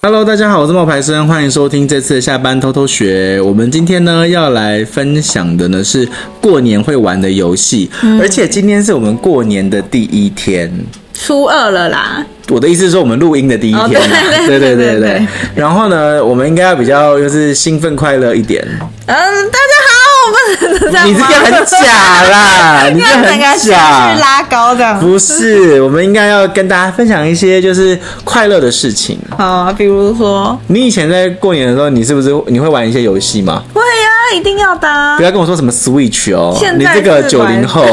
Hello，大家好，我是冒牌生，欢迎收听这次的下班偷偷学。我们今天呢要来分享的呢是过年会玩的游戏，嗯而且今天是我们过年的第一天。初二了啦，我的意思是说，我们录音的第一天嘛、哦对对对对对对对对然后呢，我们应该要比较就是兴奋快乐一点。嗯，大家好，我们这样你这吗个很 假啦，你这让个整个很情绪假。拉高这样。不是，我们应该要跟大家分享一些就是快乐的事情。啊，比如说，你以前在过年的时候，你是不是你会玩一些游戏吗？会啊，一定要的啊不。要跟我说什么 Switch 哦现，你在这个是九玩零 后，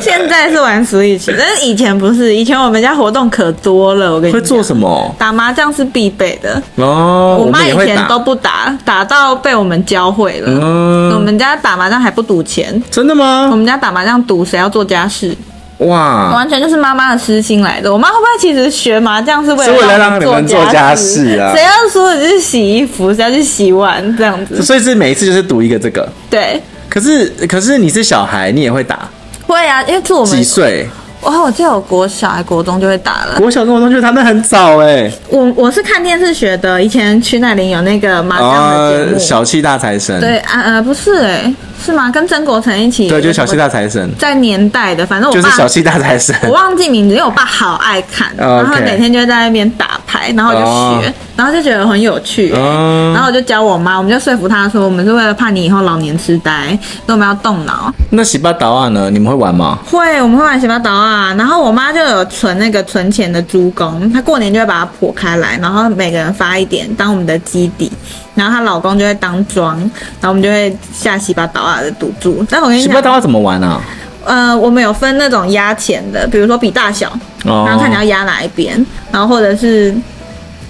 现在是玩 Switch，但是以前不是，以前我们家活动可多了，我跟你会讲做什么？打麻将是必备的，哦，我妈们以也会前打都。不打，打到被我们教会了。我嗯，们家打麻将还不赌钱，真的我吗？们家打麻将赌谁要做家事，哇，完全就是妈妈的私心来的。我妈会不会其实学麻将是为是为了了让你们做家事啊谁要说的就是洗衣服，谁要去洗碗这样子？所以是每一次就是赌一个这个。对，可是可是你是小孩，你也会打？会啊，因为是我几们，岁？哦，我记得我国小还国中就会打了。国小跟我同学他那很早哎、我我是看电视学的，以前曲乃麟有那个麻将的节目，哦，小气大财神。对啊呃不是哎、是吗？跟曾国成一起对，就是小气大财神，在年代的，反正我就爸是小气大财神。我忘记名字，因为我爸好爱看，哦然后 OK 每天就会在那边打牌，然后我就学，哦然后就觉得很有趣、欸嗯然后我就教我妈，我们就说服她说，我们是为了怕你以后老年痴呆，所以我们要动脑。那洗八岛啊呢？你们会玩吗？会，我们会玩洗发刀啊，然后我妈就有存那个存钱的猪公，她过年就会把它剖开来，然后每个人发一点当我们的基底，然后她老公就会当庄，然后我们就会下洗发刀啊的赌注。但我跟你洗八讲，岛啊怎么玩啊？呃，我们有分那种压钱的，比如说比大小，哦然后看你要压哪一边，然后或者是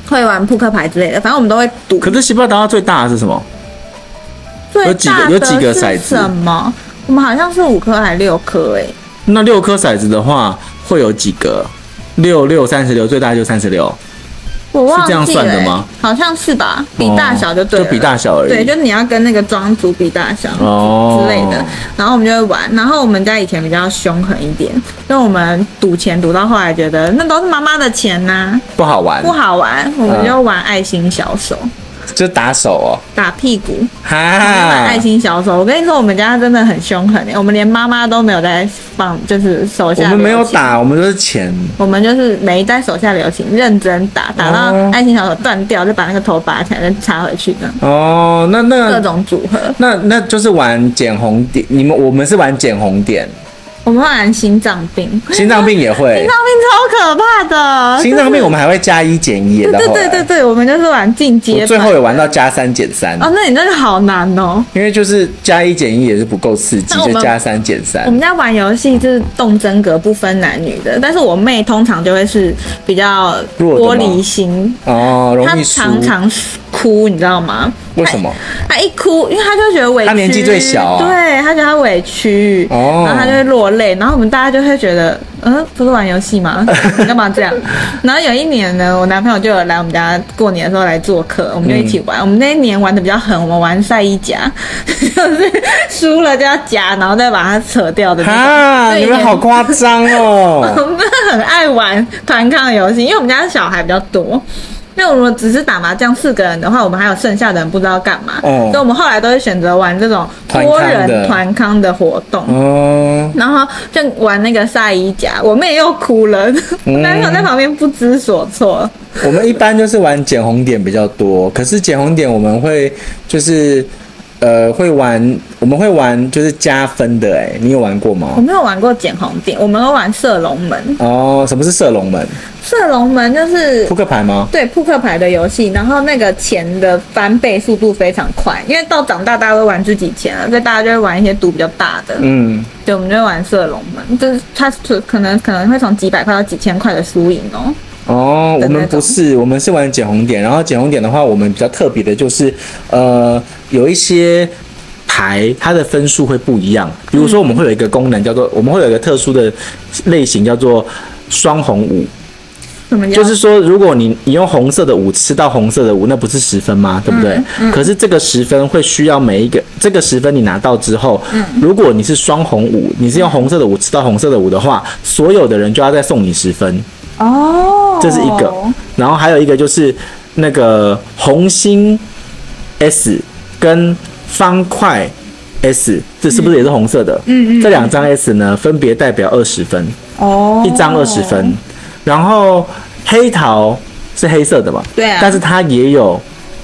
会玩扑克牌之类的，反正我们都会赌。可是洗八岛啊最大的是什么？最有几个大的有几个是骰子什么？我们好像是五颗还是六颗哎、那六颗骰子的话会有几个？六六三十六，最大就三十六。我忘记了、欸是这样算的吗哦好像是吧，比大小就对哦了，就比大小而已对，就你要跟那个庄主比大小哦之类的，然后我们就会玩。然后我们家以前比较凶狠一点，因为我们赌钱赌到后来觉得那都是妈妈的钱呐、不好玩不，好玩，我们就玩爱心小手、嗯就打手哦。打屁股。哈，爱心小手，我跟你说，我们家真的很凶狠欸，我们连妈妈都没有在放，就是手我下。们没有，打，我们都是钱。我们就是没在手下留情，认真打，打到哦爱心小手断掉，就把那个头拔起来，再插回去这样。哦，那各那种组合，那那就是玩捡红点，你们我们是玩捡红点，我们会玩心脏病，心脏病也会心，脏病超可怕的。心脏病我们还会加一减一，对到对后来对对对，我们就是玩进我阶最版。后有玩到加三减三，哦，那你那个好难哦。因为就是加一减一也是不够刺激，那我就们加三减我三。们家玩游戏就是动真格，不分男女的。但是我妹通常就会是比较弱的吗玻璃心，哦，容她易输，常常哭，你知道吗？为什么？她一哭，因为她就觉得委屈，她年纪最小啊对她觉得她委屈，哦然后她就会落泪，然后我们大家就会觉得，嗯，不是玩游戏吗？ 你干嘛这样？然后有一年呢，我男朋友就有来我们家过年的时候来做客，我们就一起玩。嗯我们那一年玩的比较狠，我们玩晒衣夹， 就是输了就要夹，然后再把它扯掉的 那哈，种。你对们好。夸张 我哦！们很爱玩团抗游戏，因为我们家小孩比较多。因为我们只是打麻将四个人的话，我们还有剩下的人不知道干嘛，哦所以我们后来都会选择玩这种多人团康的活动。哦，然后就玩那个晒衣夹，我妹又哭了，我嗯男朋友在旁边不知所措。我们一般就是玩捡红点比较多，可是捡红点我们会就是呃会玩，我们会玩就是加分的哎、你有玩过我吗？没有玩过捡红点，我们都玩射龙门。哦，什么是射龙门？射龙门就是扑克牌吗？对扑克牌的游戏，然后那个钱的翻倍速度非常快，因为到长大大家都玩自己钱了，啊所以大家就会玩一些赌比较大的。嗯，对，我们就会玩射龙门，就是它是可能可能会从几百块到几千块的输赢哦。哦，我的那们不种是，我们是玩捡红点，然后捡红点的话，我们比较特别的就是呃有一些。牌它的分数会不一样，比如说我们会有一个功能叫做，我们会有一个特殊的类型叫做双红嗯五，什么叫就是说，如果你你用红色的五吃到红色的五，那不是十分吗？对不对？嗯可是这个十分会需要每一个这个十分你拿到之后，如果你是双红五，嗯你是用红色的五吃到红色的五的话，所有的人就要再送你十分，哦，这是一个。然后还有一个就是。那个红心 S 跟方块 S，这是不是也是红色的？嗯嗯嗯这两张 S 呢，分别代表二十分，哦，一张二十分，，然后黑桃是黑色的嘛？对啊但是它也有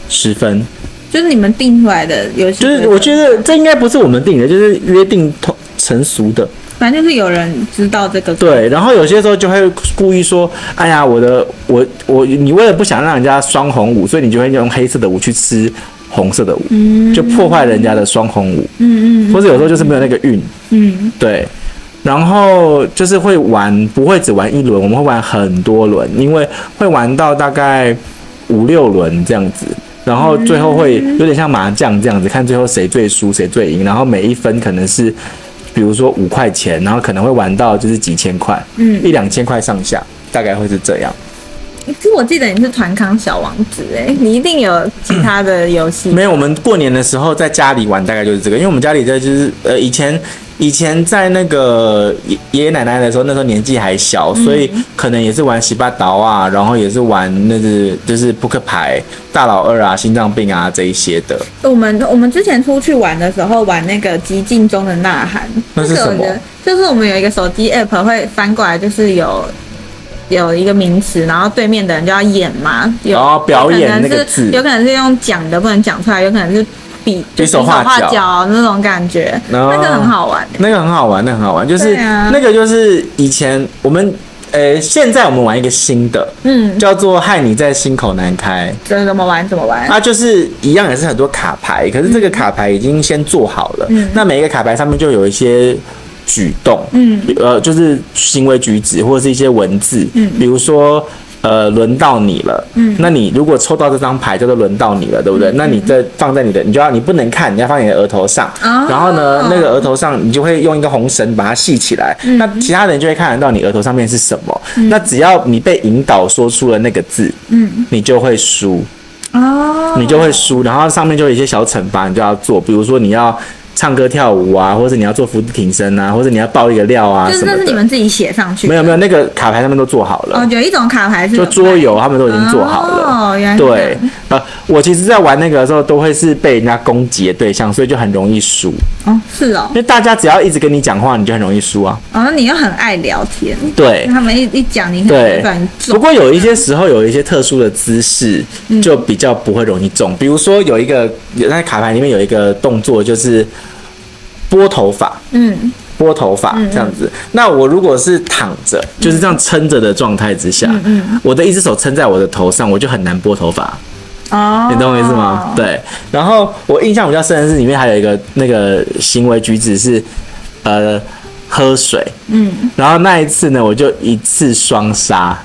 十分，就是你们定出来的游戏就规则，是我觉得这应该不是我们定的，就是约定通成熟的。反正就是有人知道这个，，对，然后有些时候就会故意说：“哎呀，我的我我，你为了不想让人家双红舞，所以你就会用黑色的舞去吃红色的舞，嗯就破坏人家的双红舞，嗯嗯或者有时候就是没有那个韵，嗯，对。”然后就是会玩，不会只玩一轮，我们会玩很多轮，因为会玩到大概五六轮这样子，然后最后会有点像麻将这样子，看最后谁最输谁最赢，然后每一分可能是比如说五块钱，然后可能会玩到就是几千块，嗯一两千块上下，大概会是这样。可是我记得你是团康小王子哎，你一定有其他的游戏，没有，我们过年的时候在家里玩，大概就是这个，因为我们家里在就是呃以前。以前在那个爷爷爷奶奶的时候，那时候年纪还小，嗯所以可能也是玩十八刀啊，然后也是玩那是就是扑克牌、大老二啊、心脏病啊这一些的。我们我们之前出去玩的时候玩那个《极境中的呐喊》，那是个什么我觉得就是我们有一个手机 app 会翻过来，就是有有一个名词，然后对面的人就要演嘛，有、哦表演那个字有可能是有可能是用讲的不能讲出来，有可能是比就比手画脚比那种感觉，哦那个很好玩、那个很好玩，那个很好玩，就是、对啊那个就是以前我们呃，现在我们玩一个新的，嗯，叫做“害你在心口难开”。就是怎么玩怎么玩，它啊就是一样，也是很多卡牌，可是这个卡牌已经先做好了。嗯那每一个卡牌上面就有一些举动，嗯，呃，就是行为举止或者是一些文字，嗯比如说。呃，轮到你了，嗯那你如果抽到这张牌，叫做轮到你了，对不对？那你再放在你的，你就要你不能看，你要放在你的额头上，哦然后呢，那个额头上你就会用一个红绳把它系起来，嗯那其他人就会看得到你额头上面是什么。那只要你被引导说出了那个字，嗯，你就会输。哦，你就会输，然后上面就有一些小惩罚，你就要做，比如说你要唱歌跳舞啊，或者你要做伏地挺身啊，或者你要爆一个料啊就是什么那是你的。们自己写上去的，没有没有，那个卡牌上面都做好了，哦，有一种卡牌是就桌游他们都已经做好了。哦，原来是这样对，呃，我其实，在玩那个的时候，都会是被人家攻击的对象，所以就很容易输。哦，是哦因，为大家只要一直跟你讲话，你就很容易输啊。哦，那你又很爱聊天，对，他们一一讲你很对不敢不中，过有一些时候有一些特殊的姿势，嗯就比较不会容易中。比如说有一个，有在卡牌里面有一个动作就是拨头发，嗯嗯拨头发这样子。那我如果是躺着，就是这样撑着的状态之下，我的一只手撑在我的头上，我就很难拨头发。哦，你懂我意思吗？，对。然后我印象比较深的是，里面还有一个那个行为举止是，呃，喝水。嗯，然后那一次呢，我就一次双杀。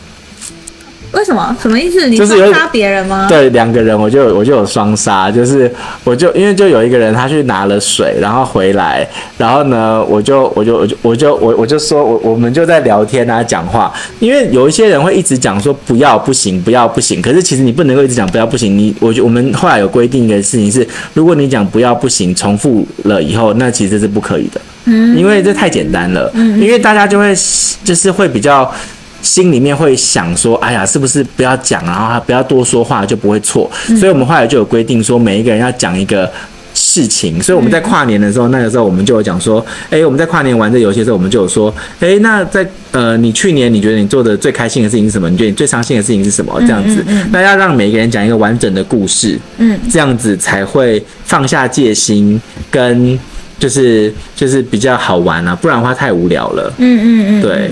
为什么？什么意思？你就是有说杀别人吗？，对，两个人我就我就有双杀，就是我就因为就有一个人他去拿了水，然后回来，然后呢，我就我就我就我就我我就说我我们就在聊天啊讲话，因为有一些人会一直讲说不要不行不要不行，可是其实你不能够一直讲不要不行，你我觉我们后来有规定一个事情是，如果你讲不要不行重复了以后，那其实是不可以的。因为这太简单了，因为大家就会就是会比较心里面会想说，哎呀，是不是不要讲，然后不要多说话就不会错，所以我们后来就有规定说，每一个人要讲一个。事情，所以我们在跨年的时候，那个时候我们就有讲说，哎、我们在跨年玩这游戏的时候，我们就有说，哎、那在呃，你去年你觉得你做的最开心的事情是什么？你觉得你最伤心的事情是什么？这样子，那要让每一个人讲一个完整的故事，嗯，这样子才会放下戒心，跟就是就是比较好玩啊，不然的话太无聊了。嗯嗯嗯，对，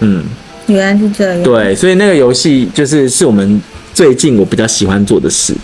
嗯，原来是这样。，对，所以那个游戏就是是我们最近我比较喜欢做的事。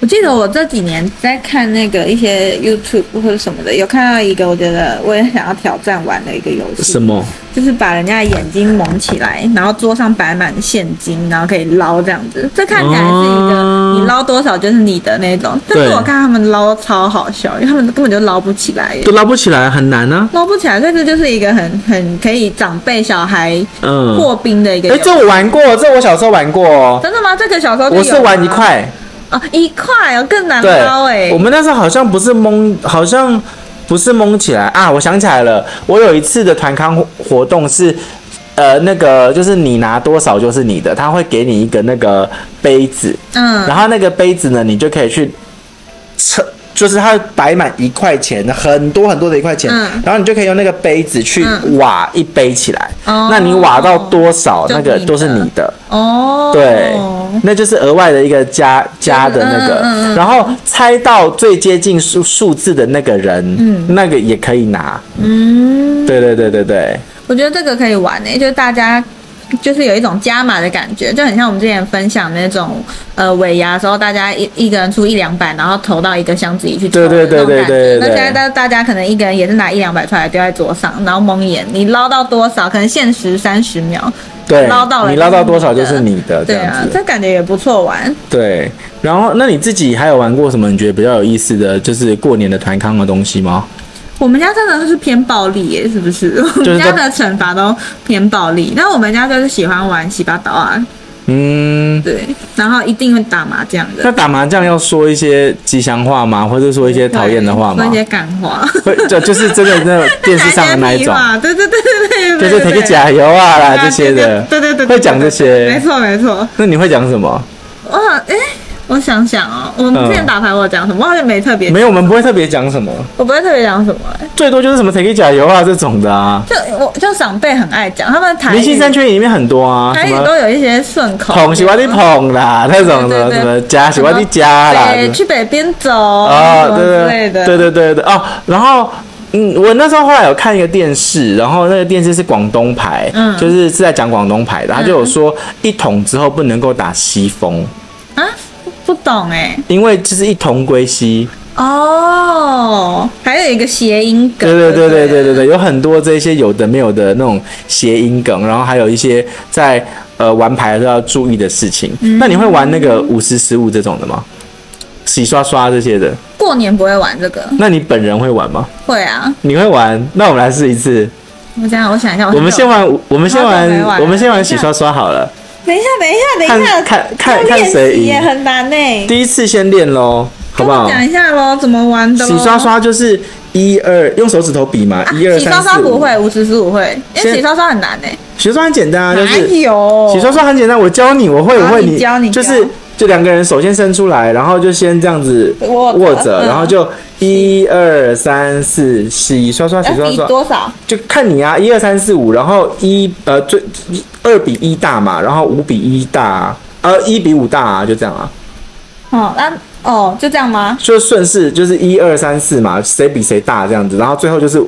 我记得我这几年在看那个一些 YouTube 或者什么的，有看到一个我觉得我也想要挑战玩的一个游戏，什么？就是把人家的眼睛蒙起来，然后桌上摆满现金，然后可以捞这样子。这看起来是一个哦你捞多少就是你的那种，但是对我看他们捞超好笑，因为他们根本就捞不起来耶都。拉不起来，很难啊。捞不起来，所以这就是一个很很可以长辈小孩嗯，破冰的一个哎、游戏。这我玩过，这我小时候玩过哦。真的吗？这个小时候就有啊我是玩吗一块，哦，一块哦，更难对捞哎、，我们那时候好像不是蒙，好像不是蒙起来啊！我想起来了，我有一次的团康活活动是呃，那个就是你拿多少就是你的，他会给你一个那个杯子，嗯然后那个杯子呢，你就可以去称，就是它摆满一块钱，很多很多的一块钱，嗯然后你就可以用那个杯子去嗯挖一杯起来。哦那你挖到多少，就那个你都是的你的。哦，对，那就是额外的一个加加的那个，嗯嗯嗯嗯然后猜到最接近数数字的那个人，那个也可以拿。嗯，对对对对对，我觉得这个可以玩诶、就是大家。就是有一种加码的感觉，就很像我们之前分享那种，呃，尾牙的时候，大家一一个人出一两百，然后投到一个箱子里去投的对对对那种感对觉对对那现在大大家可能一个人也是拿一两百出来丢在桌上，然后蒙眼，你捞到多少，可能限时三十秒，对，捞到了你捞到多少就是你的呃这对样啊，子。这感觉也不错玩。对，然后那你自己还有玩过什么你觉得比较有意思的，就是过年的团康的东西吗？我们家真的是偏暴力耶，是不是？ 我就是们在家的惩罚都偏暴力，但我们家就是喜欢玩洗八刀啊，嗯，对，然后一定会打麻将的那，打麻将要说一些吉祥话吗？或者说一些讨厌的话对吗说一？些干话，会就就是真的那种 电视上的那一 种，讲些屁话对对对对对，就对是抬对个对假油啊对啦啊这些的。对对对，对会讲这些没错没错。那你会讲什么？我好哎，我想想哦，我们之前打牌我有讲什么？我好像没特别，没有，我们不会特别讲什么，我不会特别讲什么，哎最多就是什么 take 假油啊这种的啊。就我就长辈很爱讲，他们台明星语三圈里面很多啊，台什语么都有一些顺口，捧喜欢的捧啦，那种的对对对什么家喜欢的家啦，北去北边走啊，什么对之对类的，对对对对哦，然后。嗯，我那时候后来有看一个电视，然后那个电视是广东牌，嗯就是是在讲广东牌的，他就有说一桶之后不能够打西风，啊，不懂哎，因为就是一同归西。哦，还有一个谐音梗，对对对对对对了对对，有很多这些有的没有的那种谐音梗，然后还有一些在呃玩牌的时候要注意的事情。那你会玩那嗯个五十十五这种的吗？洗刷刷这些的，过年不会玩这个，那你本人会玩吗？会啊。你会玩？那我们来试一次。我想想，我想一下，我们先玩，我们先哦好久没玩，玩了我们先玩洗刷刷好了。等一下，等一下，等一下，看看看要练看谁习也赢很难呢、欸第一次先练喽，好跟不我好？讲一下喽，怎么玩的咯啊洗刷，刷就是一二，用手指头比嘛，一二洗三刷刷四不五。会，五十十五会，因先为洗刷刷很难呢、欸洗刷刷很简单啊，就哪是有？洗刷刷很简单，我教你，我会，我好会，哦啊你教你就教是就两个人手先伸出来，然后就先这样子握着握着，嗯然后就一二三四洗刷刷洗要刷比刷，多少？就看你啊，一二三四五，然后一呃最一二比一大嘛，然后五比一大，呃一比五大啊，就这样啊，哦，那哦，就这样吗？就顺势就是一二三四嘛，谁比谁大这样子，然后最后就是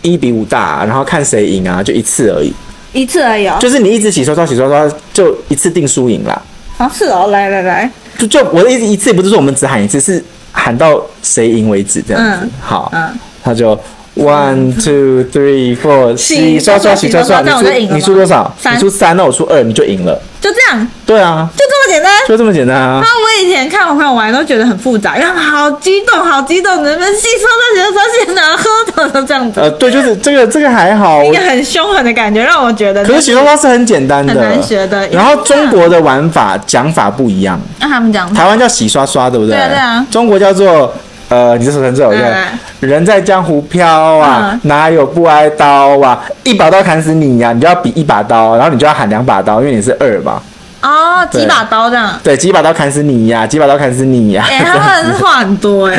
一比五大啊、然后看谁赢啊，就一次而已，一次而已哦。就是你一直洗刷刷洗刷刷，就一次定输赢啦。好，是哦，来来来，就就我的意思，一次不是说我们只喊一次，是喊到谁赢为止这样子。嗯好，嗯，他就 one two three four，洗洗刷刷洗洗刷刷，刷刷你这样我就赢出了你出多少？三你出三，那我出二，你就赢了。就这样，对啊，就这么简单。就这么简单 啊那。我以前看我朋友玩都觉得很复杂，然后好激动，好激动，人们细说那些说现场喝的都这样子，呃，对，就是这个这个还好，一我个很凶狠的感觉，让我觉得可是洗刷刷是很简单的，很难学的然后中国的玩法讲法不一样，那他们 讲台湾叫洗刷刷，对不对？对啊对啊中国叫做。呃，你是手神咒对不对嗯？人在江湖飘啊，嗯哪有不挨刀啊？一把刀砍死你啊呀、你就要比一把刀，然后你就要喊两把刀，因为你是二嘛。哦，几把刀这样。对，几把刀砍死你呀、几把刀砍死你 呀、哎、他们话很多 哎、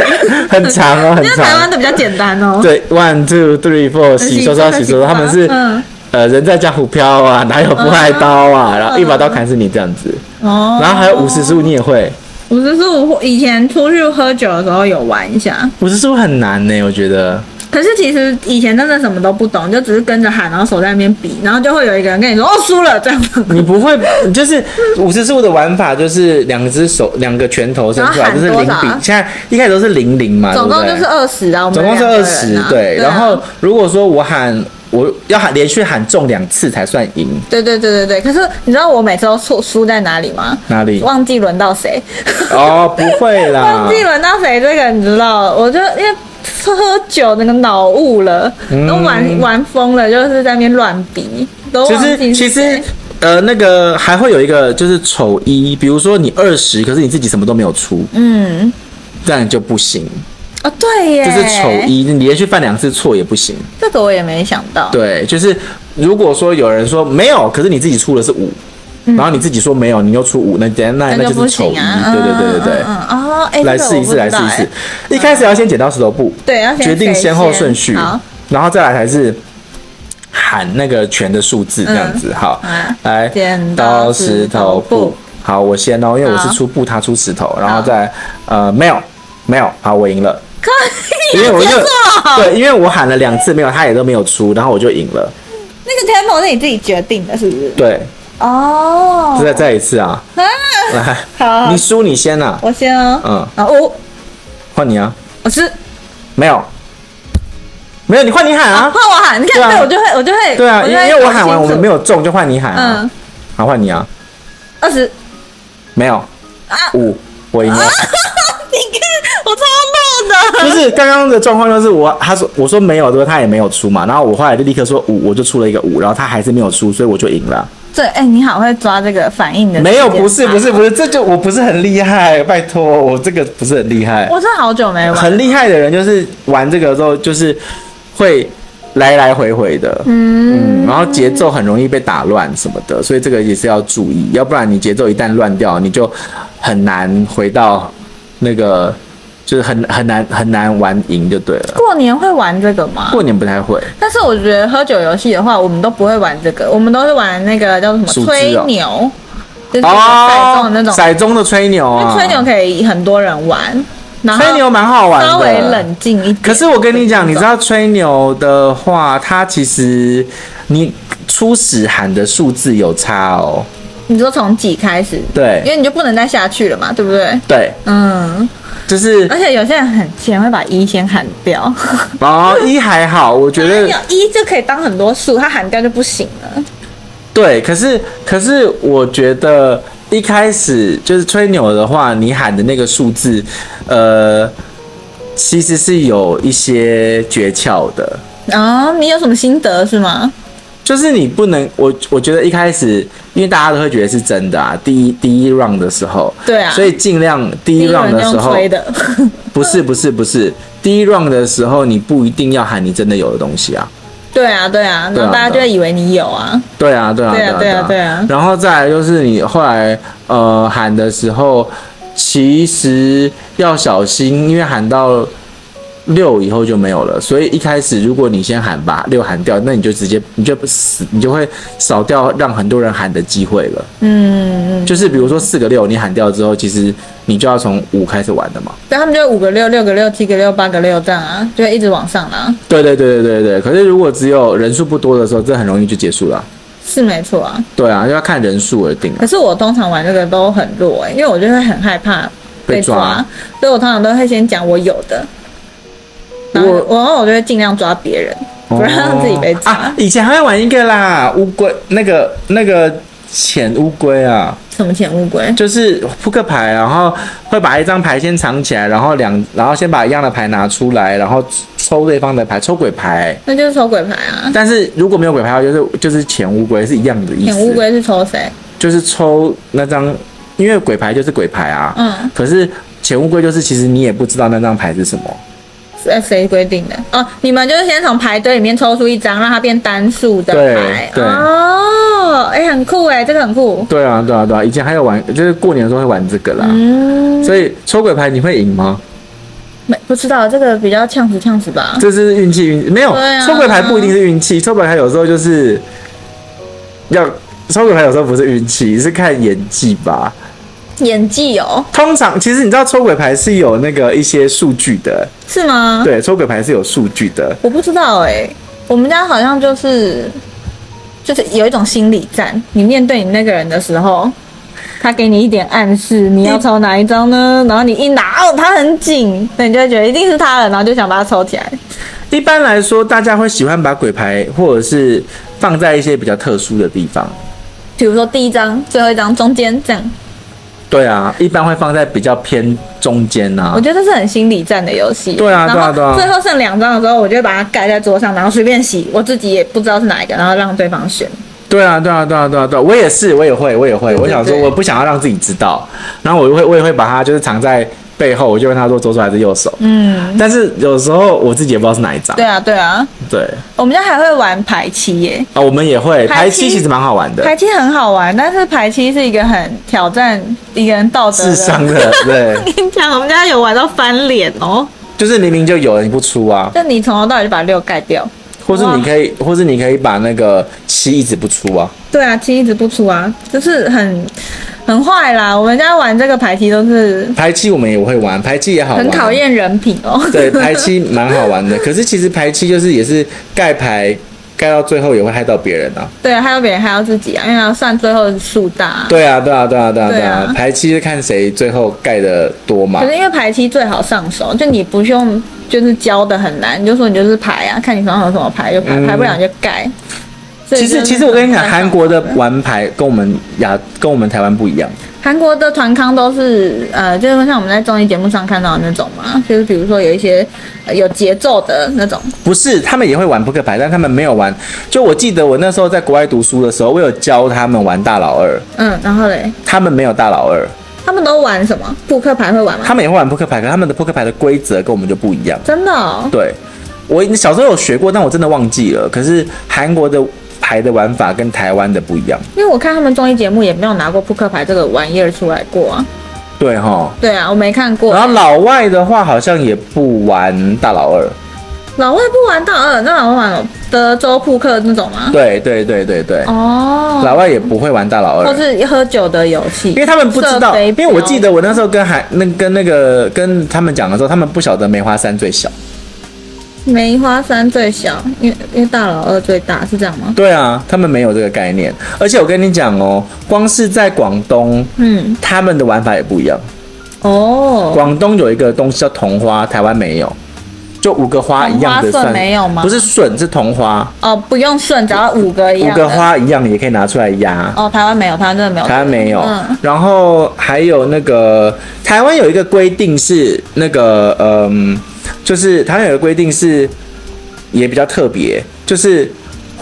很长哦，很因为台湾长。的比较简单哦。对，one two three four，洗刷刷洗刷刷，他们是、嗯呃人在江湖飘啊，哪有不挨刀啊？然后一把刀砍死你这样子，哦，然后还有五十十五你也会，五十是我以前出去喝酒的时候有玩一下，五十十五很难呢、我觉得。可是其实以前真的什么都不懂，就只是跟着喊，然后手在那边比，然后就会有一个人跟你说哦输了这样子，你不会，就是五十五的玩法就是两只手两个拳头伸出来，然后喊就是零多少比啊。现在一开始都是零零嘛，总对共不啊对就是二十啊，我们总共是两个二人十啊，对。啊然后如果说我喊我要喊连续喊中两次才算赢，对对对对对，可是你知道我每次都错输在哪里吗？哪里？忘记轮到谁，哦，不会啦忘，记轮到谁这个你知道，我就因为喝酒那个脑雾了，嗯都玩玩疯了，就是在那边乱比，都就忘是记其谁实。呃，那个还会有一个就是丑一，比如说你二十，可是你自己什么都没有出，嗯这样就不行。啊、对对耶，就是丑一，你连续犯两次错也不行。这个我也没想到。对，就是如果说有人说没有，可是你自己出的是五、然后你自己说没有，你又出五，那那那嗯那那就就不是丑行一。啊！对对对对对。嗯嗯嗯哦，哎，来这个试一我不次，知来试道一哎次。一开始要先剪刀石头布，对要先决定谁先后先顺序好，然后再来才是喊那个拳的数字这样子。好啊，来，剪刀刀石石头头布布。好，我先哦，因为我是好出布，他出石头，然后好再呃没有没有，好，我赢了。可以，因为我就有哎做对，因为我喊了两次没有，他也都没有出，然后我就赢了。那个 tempo 是你自己决定的，是不是？对，哦，再再一次 啊，啊，来，好你，输你先啊，我先哦，嗯，啊，我换你啊，我是没有，没有，你换你喊啊，啊换，我喊，你对啊看，对我就会，我就会，对啊，因就为会因为我搞喊完清我们楚没有中，就换你喊啊嗯，，好换你啊，二十没有，啊， 五，我赢了。你看我超就漏的，是刚刚的状况，就是我他说我说没有，对吧？他也没有出嘛，然后我后来就立刻说五，我就出了一个五，然后他还是没有出，所以我就赢了。对，哎，你好会抓这个反应的时间，没有，不是不是是，不是，这就我不是很厉害，拜托，我这个不是很厉害。我真的好久没玩，很厉害的人就是玩这个之后，就是会来来回回的，嗯，然后节奏很容易被打乱什么的，所以这个也是要注意，要不然你节奏一旦乱掉，你就很难回到那个，就是很很难很难玩赢就对了。过年会玩这个吗？过年不太会，但是我觉得喝酒游戏的话，我们都不会玩这个，我们都是玩那个叫什么数字哦吹牛，就是骰哦盅的那，种，骰盅的吹牛因啊，为吹牛可以很多人玩，然后吹牛蛮好玩的，稍微冷静一点。可是我跟你讲，你知道吹牛的话，它其实你初始喊的数字有差哦。你说从几开始？对因为你就不能再下去了嘛，对不对？对，嗯，就是而且有些人很贱，会把一先喊掉。啊哦，一还好，我觉 有得一就可以当很多数，他喊掉就不行了。对。可是可是，我觉得一开始就是吹牛的话，你喊的那个数字，呃，其实是有一些诀窍的，啊、你有什么心得是吗？就是你不能，我我觉得一开始，因为大家都会觉得是真的啊，第一第一 round 的时候，对啊所以尽量第一有 round 人的用时候，吹的， 不是不是不是，第一 round 的时候你不一定要喊你真的有的东西啊。对啊，对啊，对然啊后大家就会以为你有啊。对啊，对啊，对啊啊，对啊啊，对啊然后再来就是你后来呃喊的时候，其实要小心，因为喊到六以后就没有了。所以一开始如果你先喊把六喊掉，那你就直接你就死，你就会少掉让很多人喊的机会了。嗯，嗯，就是比如说四个六你喊掉之后，其实你就要从五开始玩的嘛。对，他们就五个六、六个六、七个六、八个六这样啊，就会一直往上啦，对对对对对对。可是如果只有人数不多的时候，这很容易就结束了啊。是没错啊。对啊，就要看人数而定啊可。是我通常玩这个都很弱哎、因为我就会很害怕被被抓所以我通常都会先讲我有的，然后我我然后我就会尽量抓别人，不让自己被抓。哦啊！以前还会玩一个啦，乌龟那个那个潜乌龟啊，什么潜乌龟？就是扑克牌，然后会把一张牌先藏起来，然后两然后先把一样的牌拿出来，然后抽对方的牌，抽鬼牌。那就是抽鬼牌啊。但是如果没有鬼牌，就是就是潜乌龟是一样的意思。潜乌龟是抽谁？就是抽那张，因为鬼牌就是鬼牌啊。嗯。可是潜乌龟就是其实你也不知道那张牌是什么。呃，谁规定的？哦，你们就是先从牌堆里面抽出一张，让它变单数的对牌。对哦，哎、很酷哎，这个很酷。对啊，对啊，对啊，以前还有玩，就是过年的时候会玩这个啦。嗯，所以抽鬼牌你会赢吗？没不知道这个比较呛死呛死吧？这是运气，运气没有、对啊抽鬼牌不一定是运气，抽鬼牌有时候就是要抽鬼牌有时候不是运气，是看演技吧。演技哦，通常其实你知道抽鬼牌是有那个一些数据的，是吗？，对，抽鬼牌是有数据的。我不知道哎、我们家好像就是就是有一种心理战，你面对你那个人的时候。他给你一点暗示，你要抽哪一张呢？然后你一拿，哦，他很紧，那你就会觉得一定是他了，然后就想把它抽起来。一般来说，大家会喜欢把鬼牌或者是放在一些比较特殊的地方。比如说第一张、最后一张、中间这样，对啊，一般会放在比较偏中间呐、我觉得这是很心理战的游戏。啊对啊然对啊后对啊最后剩两张的时候，我就会把它盖在桌上，然后随便洗，我自己也不知道是哪一个，然后让对方选。对啊，对啊，对啊，对啊，对啊，我也是，我也会，我也会。对对我想说，对我不想要让自己知道，然后我会，我也会把它就是藏在背后，我就问他说左手还是右手。嗯，但是有时候我自己也不知道是哪一张。对啊，对啊，对我们家还会玩排棋耶，啊，我们也会排排七七，其实蛮好玩的，排棋很好玩，但是排棋是一个很挑战一个人道德的智商。的对， 跟你讲，我们家有玩到翻脸哦，就是明明就有了你不出啊，就你从头到尾就把六盖掉。或是你可以，或是你可以把那个七一直不出啊。对啊，棋一直不出啊，就是很很坏啦。我们家玩这个排棋都是排七我们也会玩，排七也好玩，很考。验人品哦。对，排七蛮好玩的，可是其实排七就是也是盖牌，盖到最后也会害到别人啊。 对啊，还有别人还要自己啊，因为要算最后的数大 啊。对啊，对啊，对啊，对啊，对对啊啊，排七是看谁最后盖的多嘛可。是因为排期最好上手，就你不用就是教的很难，你就说你就是排啊，看你手上有什么牌就排，排不了就盖。所嗯以其就实，是其实我跟你讲，很韩国的玩牌跟我们亚跟我们台湾不一样。韩国的团康都是呃，就是像我们在综艺节目上看到的那种嘛，就是比如说有一些、呃有节奏的那种，不是，他们也会玩扑克牌，但他们没有玩。就我记得我那时候在国外读书的时候，我有教他们玩大老二，嗯，然后嘞，他们没有大老二，他们都玩什么？扑克牌会玩吗？他们也会玩扑克牌，可是他们的扑克牌的规则跟我们就不一样。真的、哦，对，我小时候有学过，但我真的忘记了。可是韩国的牌的玩法跟台湾的不一样，因为我看他们综艺节目也没有拿过扑克牌这个玩意儿出来过啊。对哈。对啊，我没看过。然后老外的话，好像也不玩大老二。老外不玩大二，那老外玩德州扑克那种吗？对对对对对，哦，老外也不会玩大老或二。是喝酒的游戏，因为他们不知射道，飞因为我记镖得我那时候跟韩那跟那个跟他们讲的时候，他们不晓得梅花三最小。梅花三最小，因为因为大老二最大，是这样吗？对啊，他们没有这个概念。而且我跟你讲哦，光是在广东，嗯，他们的玩法也不一样。哦，广东有一个东西叫同花，台湾没有，就五个花一样的同花算顺没有吗不是笋，是同花，哦，不用顺，只要五个一五样的个。花一样也可以拿出来压。哦，台湾没有，台湾真的没有。台湾没有，嗯然后还有那个台湾有一个规定是那个嗯，就是台湾有一个规定是也比较特别，就是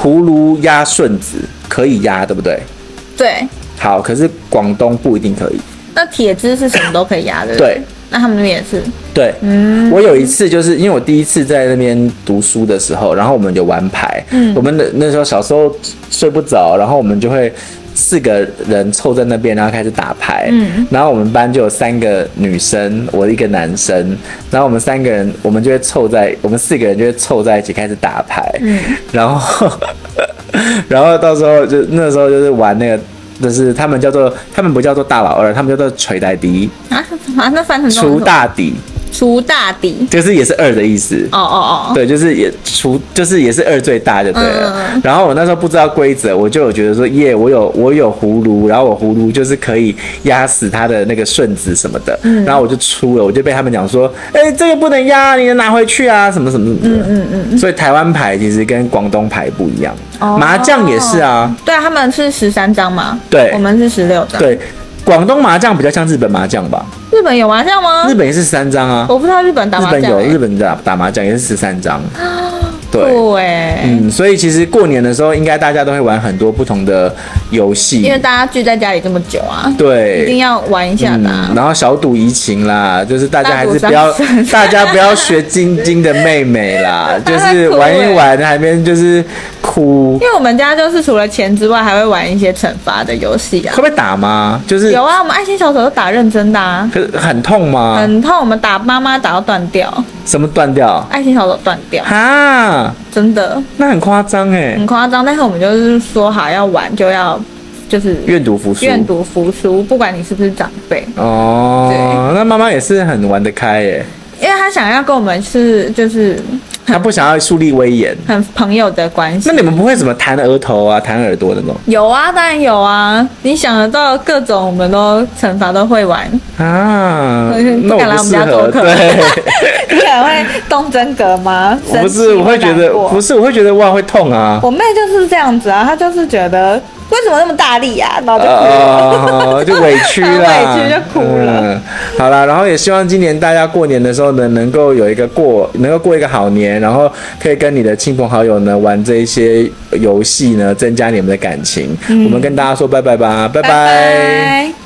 葫芦压顺子可以压，对不对？对，好，可是广东不一定可以。那铁枝是什么都可以压的。不对，那他们那边也是。对，我有一次就是因为我第一次在那边读书的时候，然后我们就玩牌，我们的那时候小时候睡不着，然后我们就会。四个人凑在那边，然后开始打牌。然后我们班就有三个女生，我一个男生。然后我们三个人，我们就会凑在，我们四个人就会凑在一起开始打牌。然后， 然后到时候就那时候就是玩那个，就是他们叫做他们不叫做大老二，他们叫做锤大底、啊啊，那翻成中文除是什么大底。除大底。就是也是二的意思。哦哦哦，对，就是也除，就是也是二最大就对了。嗯然后我那时候不知道规则，我就有觉得说，耶，我有我有葫芦，然后我葫芦就是可以压死他的那个顺子什么的。嗯然后我就出了，我就被他们讲说，哎、这个不能压，你拿回去啊，什么什么什么的。嗯嗯嗯。所以台湾牌其实跟广东牌不一样，哦麻将也是啊。对啊，他们是十三张嘛，对我们是十六张。，对，广东麻将比较像日本麻将吧？日本有麻将吗日？本也是三张啊。我不知道日本嗯打日麻将本欸。哦有日本打打麻将也是十三张。对。对欸，嗯，所以其实过年的时候，应该大家都会玩很多不同的游戏，因为大家聚在家里这么久啊，一定对。要玩一下的啊、嗯，然后小赌怡情啦，就是大家还是不大要赌伤身，大家不要学晶晶的妹妹 啦，就她会是哭欸玩一玩，还边就是 哭，因为我们家就是除了钱之外，还会玩一些惩罚的游戏啊会。被打吗？就是有啊，我们爱心小手都打认真的啊，可是很痛吗？很痛，我们打妈妈打到断掉，什么断掉？爱心小手断掉，哈，真的那很夸张哎很，夸张。但是我们就是说好要玩就要，就是愿赌服输。愿赌服输，不管你是不是长辈，哦，那妈妈也是很玩得开耶，因为他想要跟我们是就是她不想要树立威严。很朋友的关系那。你们不会怎么弹额头啊、弹耳朵那种有啊，当然有啊！你想得到各种，我们都惩罚都 会玩，啊？嗯那 不敢来我不我们适家做合，客对，你可能会动真格吗？我不 生气是，我会觉得难过不是，我会觉得哇会痛啊。我妹就是这样子啊，她就是觉得为什么那么大力啊，然后就哭了。啊，就委屈啦， 很委屈就哭了嗯。好啦，然后也希望今年大家过年的时候呢，能够有一个过，能够过一个好年，然后可以跟你的亲朋好友呢玩这一些游戏呢，增加你们的感情。我们跟大家说拜拜吧，拜嗯拜拜。